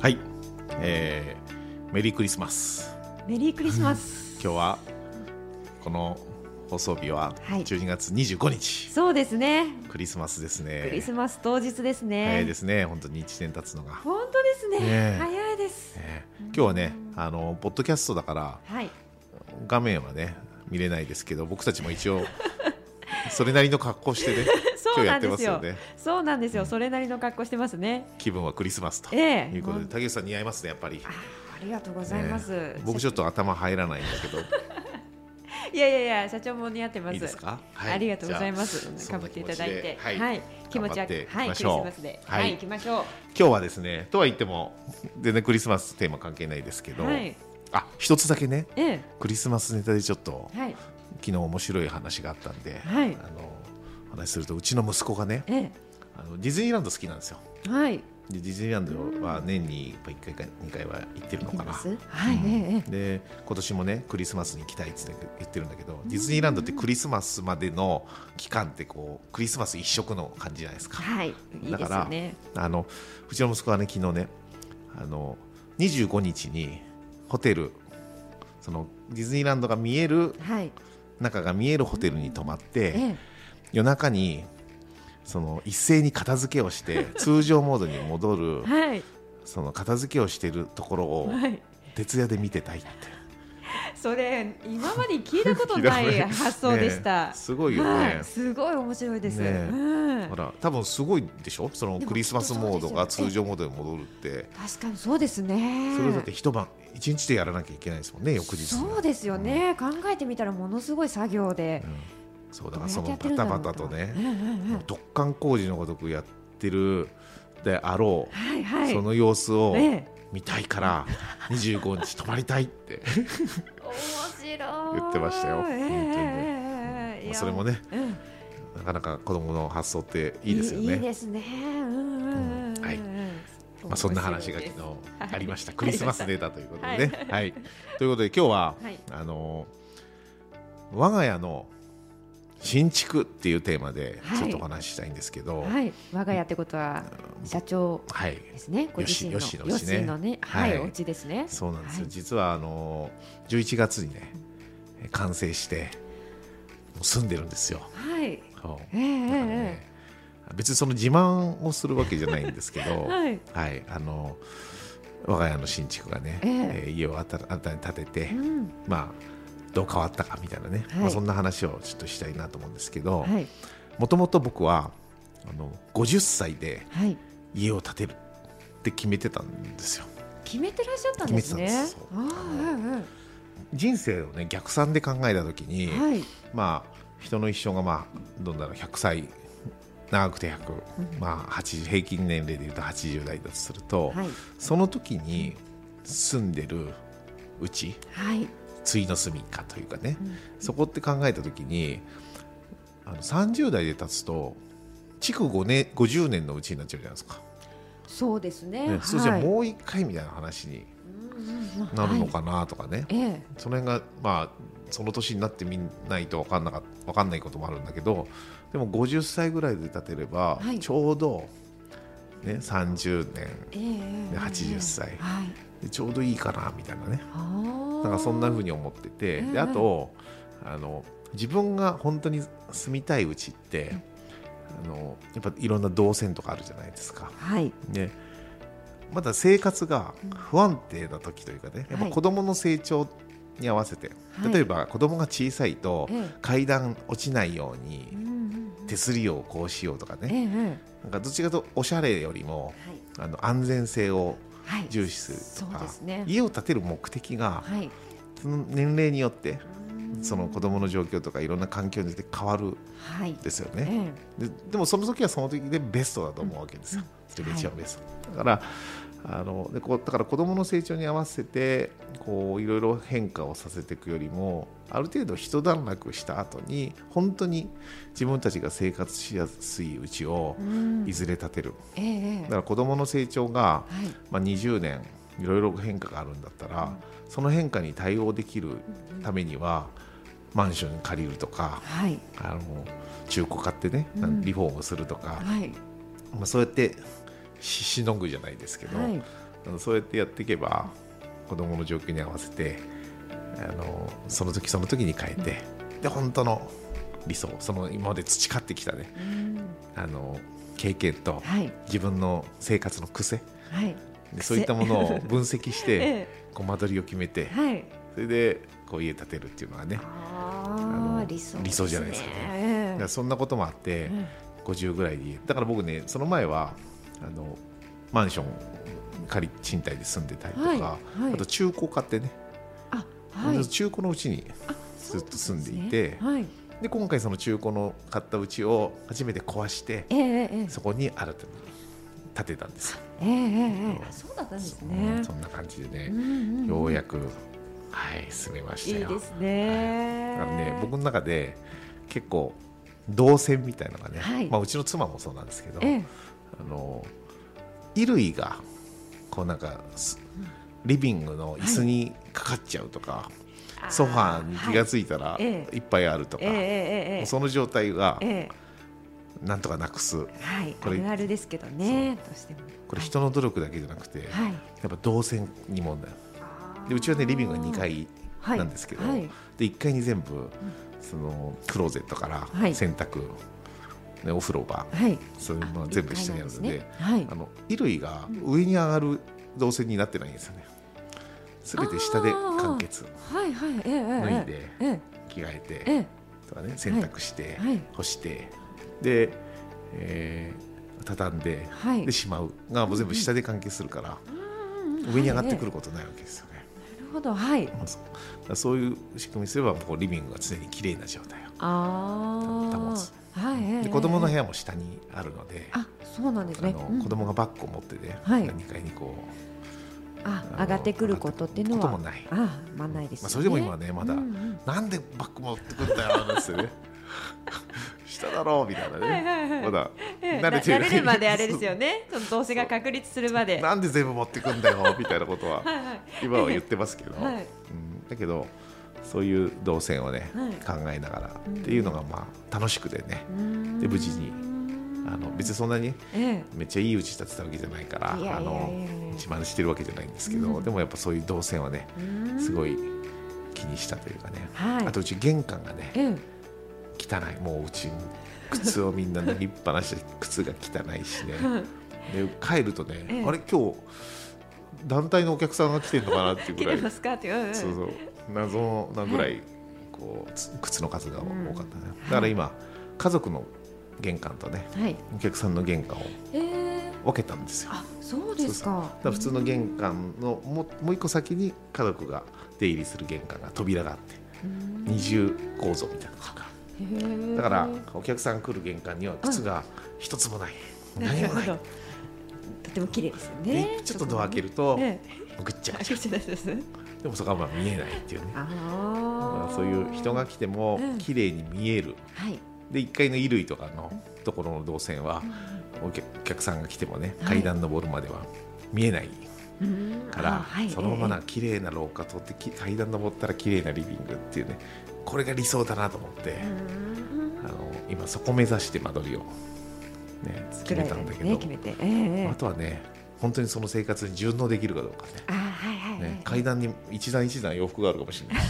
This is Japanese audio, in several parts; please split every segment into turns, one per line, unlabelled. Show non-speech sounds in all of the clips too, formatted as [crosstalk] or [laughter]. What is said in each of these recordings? はい、えー、メリークリスマス
メリークリスマス
今日はこの放送日は
はい
12月25
[laughs]
日、
そうですね
クリスマスです
クリ
ね
スマス当日ですね、
早いですね本当に1年経つのが、
本当ですね
ねえ
早いです
ね今日はねあのポッドキャストだから
はい
画面はね見れないですけど僕たちも
[laughs]
一応それなりの格好してね
そ
今
う
日や
な
っ
ん
て
で
ますすよ
よ
ね
そうなんですよそれなりの格好してますね
気分はクリスマスと
ええ
いうことで
もう
竹内さん似合いますねやっぱり
あ。ーありがとうございます、
ね僕ちょっと頭入らないんですけど
いやいやいや社長も似合ってます
いいですか、
ありがとうございます
じゃあ
かぶっていただいて
そんな気持ちではい
気持ちははいク
頑張っていきま
リ
し
ス
ょう
マスで
はい
はい行きましょ
今日はですねとは言っても全然クリスマステーマ関係ないですけ
う
ど、
はい
あ一つだけね
ええ
クリスマスネタでちょっと
はい
昨日面白い話があったんで、
はい
あの話するとうちの息子がね
え
あのディズニーランド好きなんですよ
えはい
でディズニーランドは年にやっぱ1回か2回は行ってるの
行
か
きま
な
すはいえええ
で今年もねクリスマスに行きたいって言ってるんだけどディズニーランドってクリスマスまでの期間ってこうクリスマス一色の感じじゃないです
え
か
はいいい
だ
で
か
す
ら
よね
あのうちの息子はね昨日ねあの25日にホテルそのディズニーランドが見える
はい
中が見えるホテルに泊まっ
え
て
え
夜中にその一斉に片付けをして
[laughs]
通常モードに戻る
はい
その片付けをしてるところを
はい
徹夜で見てたいって
それ今まで聞いたことな
ひど
い
[laughs] い
発想でした、
ねえすごいよね
はいすごい面白いです、
ねえ
うん
ほら多分すごいでしょその
でも
クリスマスモードが
きっとそうで
通
すよ
常モードに戻るって
確かにそうですね
それをだって一晩一日でやらなきゃいけないですもんね翌日には
そうですよね、考えてみたらものすごい作業で
う、んそうだ
ど
か
う
ら
や
そ
ってやっ
の
て
バ
るんだ
タ
ろ
バ
うと
タとね
うんうんうん
突貫工事のごとくやってるであろう、
はいはい
その様子を
ええ
見たいから25日泊まりたいって、
面白い
言ってましたよ
ええ
本当にね
ええええ [laughs] い
まあ
や
それもね
うん
なかなか子どもの発想っていいですよ
い
ね
いですねうんうんうんうん
はいまあ、そんな話が昨日ありました、
はい
クリスマスデータということでね。はい、ということで今日は、
はい
あのー我が家の新築っていうテーマで
はい
ちょっとお話ししたいんですけど、
はい我が家ってことは社長
はい
ですねご自身の
よしよしのうちね
よしのはい、
はい
お家ですね
そうなんですよ、
はい
実はあのー11月にねえ完成してもう住んでるんですよ。
はい
そう
ええ
だからね別にその自慢をするわけじゃないんですけど、
ええ [laughs] はい
はい、あの我が家の新築がね、
ええ
えー家を新たに建てて、
うん
まあ、どう変わったかみたいなね、
はい
まあ、そんな話をちょっとしたいなと思うんですけど
はい
もともと僕はあの50歳で
はい
家を建てるって決めてたんですよ
決めてらっしゃったんですね
決めてたんですそう
ああ
人生をね逆算で考えた時に、
うんうんはい
まあ人の一生がまあどんなの100歳長くて100、まあ、80平均年齢でいうと80代だとすると、
はい
その時に住んでるうち、
はい
つの住みかというかね、そこって考えた時にあの30代で立つと築5年50年のうちになっちゃうじゃないですか、
そうですね
ね
はい
それじゃあもう一回みたいな話になるの
は
かなとかね、
いえ
その辺がまあその年になってみないと分かんなか分かんないこともあるんだけどでも50歳ぐらいで立てれば、
はい
ちょうど、ね、30
え
年
ええ
で
え
80歳
はい
でちょうどいいかなみたいなね
ああ
なんかそんな風に思ってて、
うん
であとあの自分が本当に住みたいうちって、あのやっぱいろんな動線とかあるじゃないですか。
はい
ねまだ生活が不安定な時というかね、やっぱ
はい
子どもの成長に合わせて、
はい
例えば子どもが小さいと、
ええ
階段落ちないよう
うん
に
うんうん
手すりをこうしようとか
え
ね、
ええ
なんかどっちかというとおしゃれよりも
えはい
あの安全性を
はい
重視するとか、
そうですね
家を建てる目的が
はい
その年齢によってその子どもの状況とかいろんな環境によって変わるん
はい、
ですよ
え
ね、
え
ででもその時はその時でベストだと思うわけですよ、それが一番ベスト、だからあのでこうだから子どもの成長に合わせてこういろいろ変化をさせていくよりもある程度一段落した後に本当に自分たちが生活しやすいうちを
うん
いずれ立てる、
えええ
だ
え
から子どもの成長が、
はい
まあ、20年いろいろ変化があるんだったら、その変化に対応できるためには、マンション借りるとか
はい
あの中古買ってね、
うん
リフォームするとか、
はい
まあ、そうやってししのぐじゃないですけど、
はい
あのそうやってやっていけば子どもの状況に合わせてあのその時その時に変えて、で本当の理想その今まで培ってきたね
うん
あの経験と
はい
自分の生活の癖
はい
でそういったものを分析して、
[laughs] え
こう間取りを決めて
え [laughs] はい
それでこう家建てるっていうのはね
あ
あ
あ
の
理想
理想じゃないですかねだ
ね
か
え
らそんなこともあって50ぐらいで家だから僕ねその前はあのマンション借り賃貸で住んでたりとか、
はいはい
あと中古買ってね、
あはい
中古のうちにずっと住んでいてで,、
はい
今回その中古の買ったうちを初めて壊して
ええええ
そこに新たに建てたんですよ
えええええ
うん
えそうだったんです
う
ね
んそんな感じでね、よ
よ
うやくはい住めまし
いい
たよ
ですね
あのね、僕の中で結構動線みたいなのがね、
はい
まあ、うちの妻もそうなんですけど、
ええ
あの衣類がこうなんかすリビングの椅子にかかっちゃうとか、
あー
ソファーに気
は
が
い
ついたら
ええ
いっぱいあるとか、
えええええ
もう
え
その状態が
え
なんとかなくす
えはいあ
これ
るあるですけどねどうしても
これ人の努力だけじゃなくて、や
はい
っぱ動線に問題
はい
でうちはねリビングが2階
はい
なんですけど、
はい
で1階に全部そのクローゼットから
はい
洗濯、ねお風呂場
はい
そういうものは全部下にあるので
はい
あの衣類が上に上がる動線になってないんですよねすべて下で完結
はいはいえええ
脱い
え
で
ええ
着替え
え
て
え
とかね洗濯して
はい
干してで、えー畳んで
はい
でしまうがもう全部下で完結するから
うんうん
上に上がってく
はい
ることないわけですよね
ええなるほどはい
そうだからそういう仕組みすればこうリビングが常に綺麗な状態を
ああ
保つ
はいええ
で子供の部
ええ
屋も下にあるので
あそうなんです
あ
ね
の
うん
子供がバッグを持ってね
はい
2階にこう
あ
あの
上がってくることっていうの
こと
は
もない
ああまあないですよね
まあ、それでも今はねまだ、
うんうん
なんでバッグ持ってくんだよなんつってね [laughs] しただろうみたいなね
はいはいはい
まだ
ええ
慣れて
な
る
慣れるまであれですよ
[laughs]
ねその動詞が確立するまでは
なんで全部持ってくんだよみたいなこ
[laughs]
とは
いはい
今は言ってますけど、
はい
うん、だけどそういう動線をね、
はい
考えながらっていうのがまあ楽しくてね
う、ーん
で無事にあの別にそんなに
え
めっちゃいい家建てたわけじゃないか
いや
ら
いやいやいや
あの自慢してるわけじゃないんですけど、
うん
でもやっぱそういう動線はね
えうーん
すごい気にしたというかね、
はい
あとうち玄関がね、
ええ
汚いもううち靴をみんな脱ぎっぱな
[laughs]
しで靴が汚いしねで帰るとね、
ええ
あれ今日団体のお客さんが来てるのかなっていうぐ
切
ら
れ
い
ますかっていううんうん
そうそう謎なぐらいこうつ靴の数が多かったね、
うん
だから今家族の玄関とね
はい
お客さんの玄関を
ええ
分けたんですよ
あそうですか
だから普通の玄関のもうもう一個先に家族が出入りする玄関が扉があって二重構造みたいなのがだからお客さん来る玄関には靴が一つもない、何もない
とても綺麗ですよ
で
ね
ちょっとドア開けると、
え
ぐっちゃ
え
ぐ
あ
ちゃ
そうです
でもそこはまあ見えないっていうねま
あ
あ
あ
そういう人が来ても
うん
綺麗に見える、
はい
で1階の衣類とかのところの動線はお客お客さんが来てもね
はい
階段登るまでは見えない
うん
から、
あはい
そのまま
え
な綺麗な廊下通ってき階段登ったら綺麗なリビングっていうねこれが理想だなと思って。
えうん
あの今そこ目指して間取りを、ね、決めたんだけど、
ね決めてええええ
あとはね本当にその生活に順応できるかどうかね
あはいはいはい、
ね階段に一段一段洋服があるかもしれない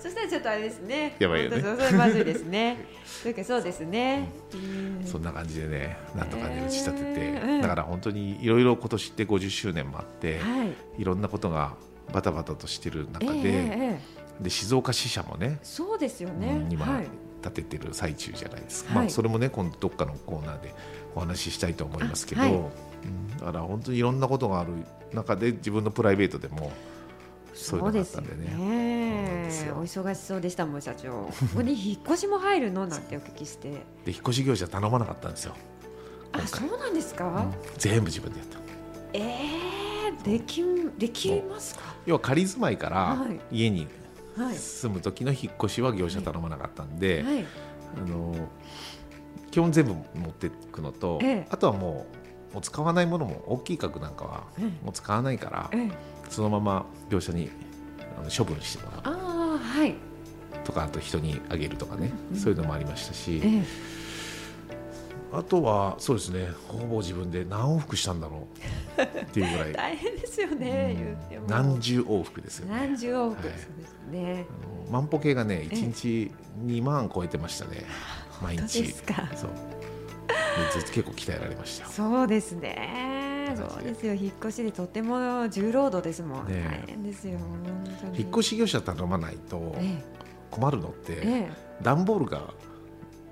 そしたらちょっとあれですね
やばいよね
本当そうそうまずいです
[laughs]
ねそうかそうですね、うん
そんな感じでねなんとか
へ
ね
ー
打ち立てて、
うん
だから本当にいろいろ今年って50周年もあって、
はい
い、ろんなことがバタバタとしてる
ええ
中で,、
ええ
で静岡支社もね
そうですよね
うん、今、
はい
立ててる最中じゃないですか、
はい
まあ、それもね今度どっかのコーナーでお話ししたいと思いますけど、
あはい
うんだから本当にいろんなことがある中で自分のプライベートでもそういうのがあったんで
そう
ね
ですよね
なんです
ね
よ
お忙しそうでしたもん社
[laughs]
長ここに引っ越しも入るのなんてお聞きして
で引っ越し業者頼まなかったんですよ
あそうなんですか、
全部自分でやった
えー、できんできますか
要は仮住まいか
は
ら
い
家に
はい
住む時の引っ越しは業者頼まなかったんで、
はい
あの基本全部持っていくのと、
ええ
あとはもうもう使わないものも大きい額なんかは
え
もう使わないから
ええ
そのまま業者にあの処分してもら
ああはい
うとかあと人にあげるとかね、
うん
そういうのもありました
え
し
え
あとはそうですねほぼ自分で何往復したんだろうっていうぐらい
[laughs] 大変ですよね、言って
う
も
ん何十往復ですよね。
何十億
はい
ですね、
あの万歩計がね1日2万超えてまし
[laughs]
たね、毎
本当
日
ですか
そうずっと結構鍛えられました
そうですね
そうです
そ
ね
うですよ引っ越しでとても重労働ですもん、
ねえ
大変ですよ本当に
引っ越し業者頼まないと
え
困るのっ
え
て
ええ
段ボールが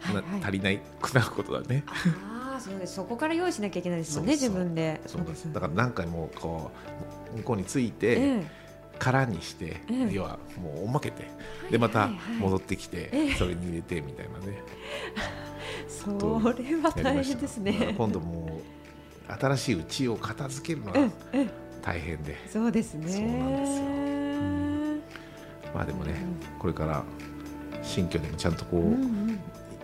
はい
な
はい
足りない [laughs] くなることだね
ああそうですそこから用意しなきゃいけないですもんね
そうそう
自分で
そう
で
ですすだから何回もこう向こうについて
え
空にして
ええ
要はもうおまけて
え
でまた
はいはいはい
戻ってきて
ええ
それに入れてみたいなね
そ
と
れは
や
[laughs]
り
大
まし
変
た
です
だから
ね
今度もう新しいうちを片付けるの
うん
が
うん
大変で
そうですね
そうなんですよ
ん
まあでもね
う
これから新居でもちゃんとこう、
うんうん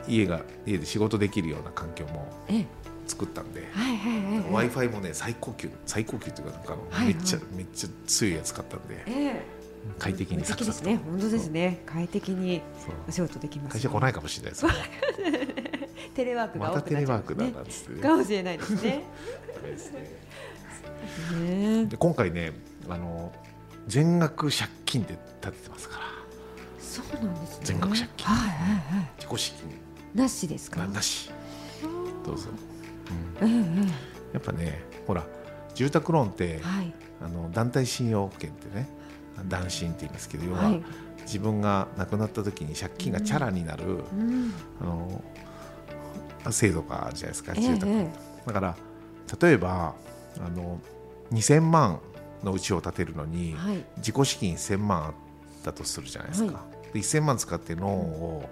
家が家で仕事できるような環境も
ええ
作ったんで、
はいはいはいはい
w i f i もね最高級最高級っていうかなんかあの、
はいはい
めっちゃめっちゃ強いやつ買ったんで
ええ
快適にサク
で
サ
す
ク
ね本当ですね快適に
そう
お仕事できます
会社来ないかもしれないですけど
テレワークが
ま
多
た
く
テ
なっ
レ
ちゃ
ワ
う
ー
んで
ク
すね
だなんつってね
かもしれないです
[laughs]
ね。
ダメですね
ね
で今回ねあの全額借金で建ててますから
そうなんですね。
全額借金
はいはいは
自己資金
い。なしですか。
なんだしどうぞ、うん
うんうん。
やっぱねほら住宅ローンって
はい
あの団体信用保険ってね団信って言いますけど要は、
はい。
自分が亡くなった時に借金がチャラになる、
うん
あの制度があるじゃないですか
ええ
住宅、
え
だから例えばあの2000万の家を建てるのに、
はい
自己資金1000万あったとするじゃないですか、
は
で1000万使ってローンを、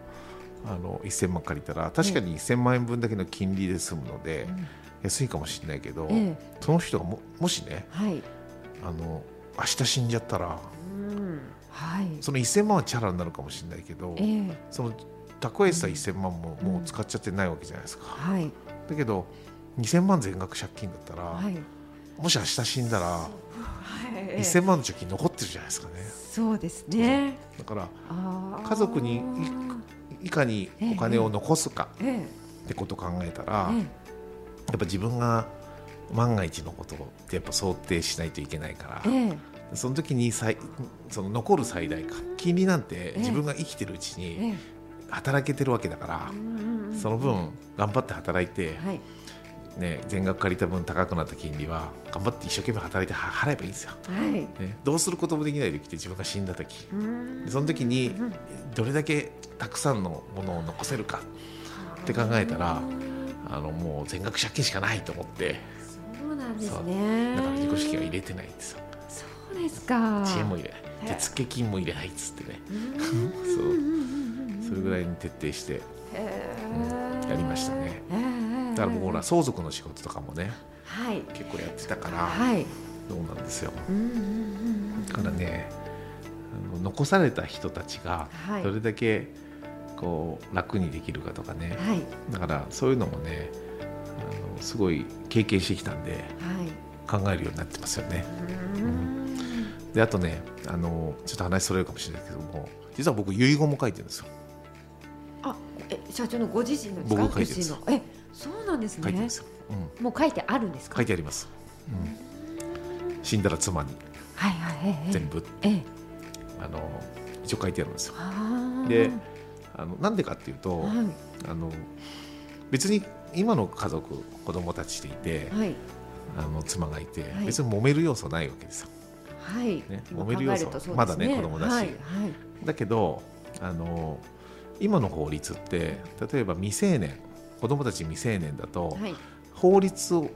あの1000万借りたら確かに1000万円分だけの金利で済むので、安いかもしれないけど、
ええ
その人がももしね
はい。
あの明日死んじゃったら
うんはい。
その1000万はチャラになるかもしれないけど、
ええ
その蓄えてた1000万も
うん
もう使っちゃってないわけじゃないですか、
はい
だけど2000万全額借金だったら、
はい。
もし明日死んだら
はい
1000万の貯金残ってるじゃないですかね
そうですね。
だから
あー
家族にいかにお金を残すか
ええ
ってことを考えたら、
え
やっぱ自分が万が一のことってやっぱ想定しないといけないか
え
ら、
ええ
その時に最その残る最大か金利なんて
え
自分が生きてるうちに
え
働けてるわけだから
う、んうんうん
その分頑張って働いて、
はい
ね、全額借りた分高くなった金利は頑張って一生懸命働いては払えばいいんですよ、
はい。
ね、どうすることもできない時って自分が死んだ時
うん
でその時に
うん
どれだけたくさんのものを残せるかって考えたらあのもう全額借金しかないと思って
そうなんです
だ
ね。
から自己資金は入れてないんですよ
そうですか。
知恵も入れない
へえ
手付金も入れないっつってね
そ
そう [laughs] それぐら
い
いに徹底してやりましたね。
ええ
だから僕ほら相続の仕事とかもね
はい
結構やってたから
はい。
どうなんですよ
うんうんうんうん
だからねあの残された人たちが
はい
どれだけこう楽にできるかとかね、
はい
だからそういうのもねあのすごい経験してきたんで
はい。
考えるようになってますよね
うん
であとねあのちょっと話それるかもしれないけども実は僕遺言も書いてるんですよ
あえ社長のご自身のですか。
僕が書いてるんです
ご自身のえそうなんです
書いてるん
ね
で。すよ、うん、
もう書いてあるんですか。
書いてあります、うん、死んだら妻に
はいはいええ
全部
ええ
あの一応書いてあるんですよ
あー
であのなんでかっていうと、
はい
あの別に今の家族子供たちでいて、
はい
あの妻がいて、
はい
別に揉める要素ないわけですよ
はい。
ね
今
揉める要素
考えとそうです
まだね子供だし
はいはい
だけどあの今の法律って例えば未成年子供たち未成年だと、
はい
法律を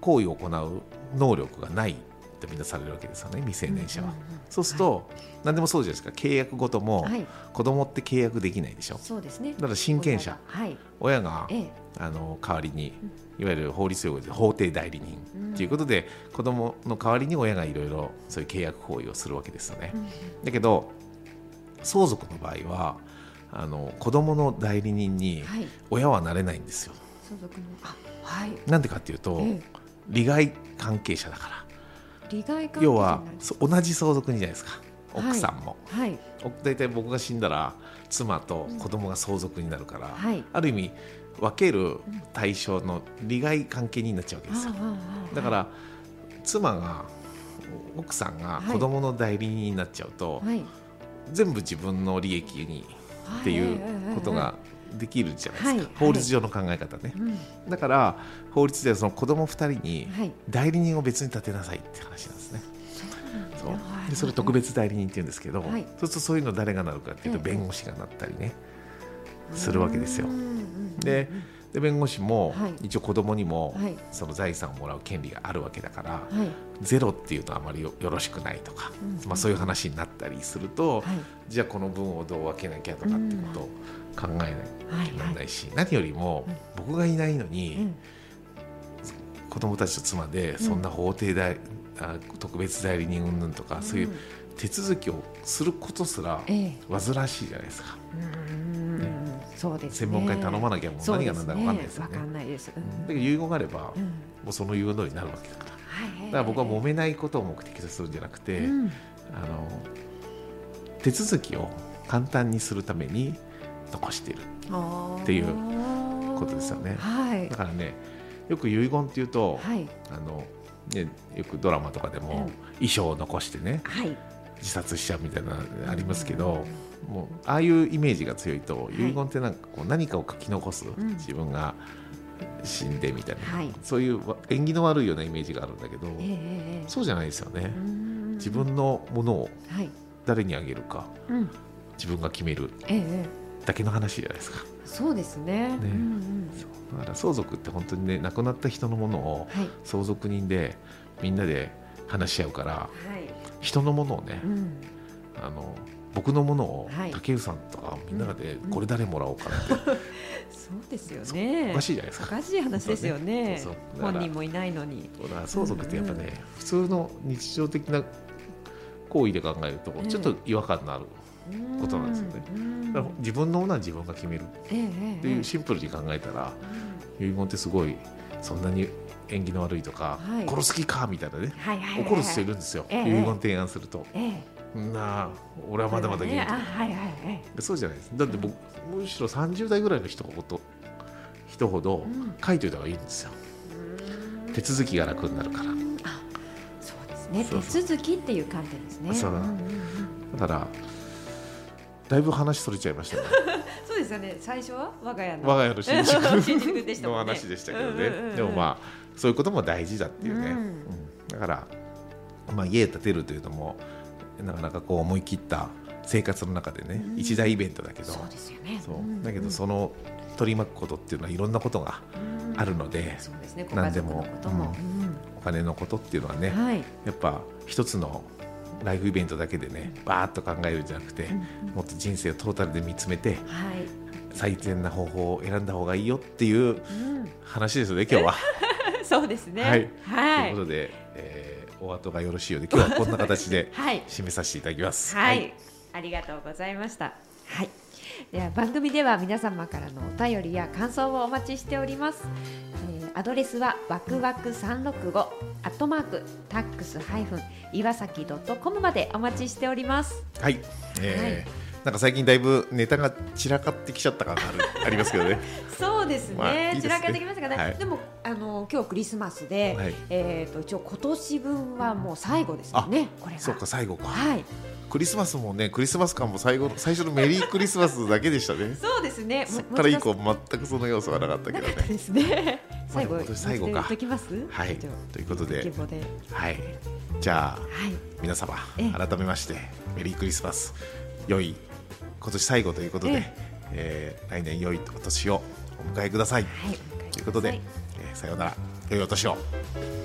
行為を行う能力がないってみんなされるわけですよね未成年者は、
うんうんうん
そうすると、何でもそうじゃないですか契約ごとも、
はい、
子供って契約できないでしょ
そうですね
だ。から親権者
はい、
親が
ええ、
あの代わりにいわゆる法律用語で法定代理人
うん
ということで、子供の代わりに親がいろいろそういう契約行為をするわけですよね、
うん
だけど相続の場合はあの子供の代理人に
はい、
親はなれないんですよ
相続の、あ、はい、
なんでかっていうと、
ええ、
利害関係者だから
利害関係
要は
じゃない
そ同じ相続人じゃないですか
はい
奥さんも、
はい、
お大体僕が死んだら妻と子供が相続になるから、
はい
ある意味分ける対象の利害関係人になっちゃうわけですよ
あ
だから妻が奥さんが子供の代理人になっちゃうと、
はい、
全部自分の利益にっていうことができるじゃないですか、
はい
法律上の考え方ね、
はい、うん
だから法律ではその子供二人に
はい、
代理人を別に立てなさいって話なんですね。そう
はい
でそれ特別代理人って言うんですけど、
はい
そうするとそういうの誰がなるかっていうと
ええ
弁護士がなったりねするわけですよ
うんうんうん
でで弁護士も
はい
一応子供にも
はい
その財産をもらう権利があるわけだから、
はい、
ゼロっていうとあまりよよろしくないとか、
うんうん
まあ、そういう話になったりすると、
はい
じゃあこの分をどう分けなきゃとかってことを考えない
はい
となら
は
ないいし、何よりも
うん
僕がいないの
う
に
ん
子供たちと妻でそんな法定代、あ特別代理人云々とかそういう手続きをすることすら
ええ
煩わしいじゃないですか、
うんそうですね
専門家に頼まなきゃもう何が何だか分かんないですよ
そう
ね
ねわかんないです
だけど遺言があれば、
うん
も
うん
うその遺言通りになるわけだからだ
はい
から僕は揉めないことを目的とするんじゃなくて、
うん
あの手続きを簡単にするために残している
あー
っていうことですよね
はい
だからねよく遺言っていうと、
はい
あのね、よくドラマとかで
うん
も遺書を残してね
はい
自殺しちゃうみたいなのありますけど、もうああいうイメージが強いと、
い
遺言ってなんかこう何かを書き残す、
ん
自分が死んでみたいな、
はい
そういうわ縁起の悪いようなイメージがあるんだけど、
ええええ
そうじゃないですよね
う。ん
自分のものを
はい
誰にあげるか
うん
自分が決める
えええ
だけの話じゃないですか
えそうですねうんうん
だから相続って本当にね亡くなった人のものを
はい
相続人でみんなで話し合うから
はい
人のものをね
うん
あの僕のものを
はい
竹内さんとかみんなで
うん
これ誰もらおうかなって
[laughs] そうですよね
おかしいじゃないです
お
か。
かしい話ですよね
そうそうだから
本人もいないのに
だから相続ってやっぱね普通の日常的な行為で考えると
ん
ちょっと違和感のあることなんですよね
うん
だから自分のものは自分が決めるっ
ええ
て
ええ
い
え
うシンプルに考えたら
えうん
遺言ってすごいそんなに縁起の悪いとか、
はい
殺す気かみたいなね
はいはいはい
怒る人いるんですよ、
ええ
遺言提案すると、
ええ
なあ俺はまだまだ元気、
ねあはいはいはい
そうじゃないですだって僕むしろ30代ぐらいの人ほど人ほど
うん
書いといた方がいいんですよ、手続きが楽になるから
あそうですね
そうそ
手続きっていう観点ですね
そうだ
んんん
だからだいぶ話それちゃい
[laughs]
ましたね
そうですよね最初は我が家の
我が家の新宿
新宿でした
の
もんね
話でしたけどね、
うんうんうん
でもまあそういうことも大事だっていうね、
うん
うんだから、まあ、家建てるというのもなかなかこう思い切った生活の中でね、
うん
一大イベントだけど
そうですよね
そう
うんうん
だけどその取り巻くことっていうのはいろんなことがあるので、
そうですねご家
何で
族
も
のことも
お金のことっていうのは
う
ね、
んはい
やっぱ一つのライフイベントだけでねバーッと考えるんじゃなくて、もっと人生をトータルで見つめて
はい
最善な方法を選んだ方がいいよっていう
うん
話ですよね今日は。
そうですね
はい
は
と
い
い
う
ことで、えーお後がよろしいようで今日はこんな形で
[laughs] はい
締めさせていただきます。
はい、ありがとうございました。はい、では番組では皆様からのお便りや感想をお待ちしております。えーアドレスはわくわく三六五アットマークタックスハイフン岩崎ドットコムまでお待ちしております。
はい、えーなんか最近だいぶネタが散らかってきちゃった感があるありますけどね。
そうですね。
まあいいですね
散らかってきましたかね。
はい
でもあの今日クリスマスで、
はい
えっ、と一応今年分はもう最後ですよね。これが。
そうか最後か。
はい。。
クリスマスもねクリスマス感も最後の最初のメリークリスマスだけでしたね
そうですね。も
そっから以
も
降全くその要素はなかったけ
しかし [laughs] なかっ
ど
た
ね。
ですね。
[laughs] まあ
最
でも
後
今年最後か
言っときます。
はい
一応
ということで
希望で。
はいじゃあ
はい、
皆様
ええ
改めましてメリークリスマス良い今年最後ということ
え
で、えー来年良いお年をお迎えください。
はい、
ということで、
はい
えーさようなら良いお年を。
お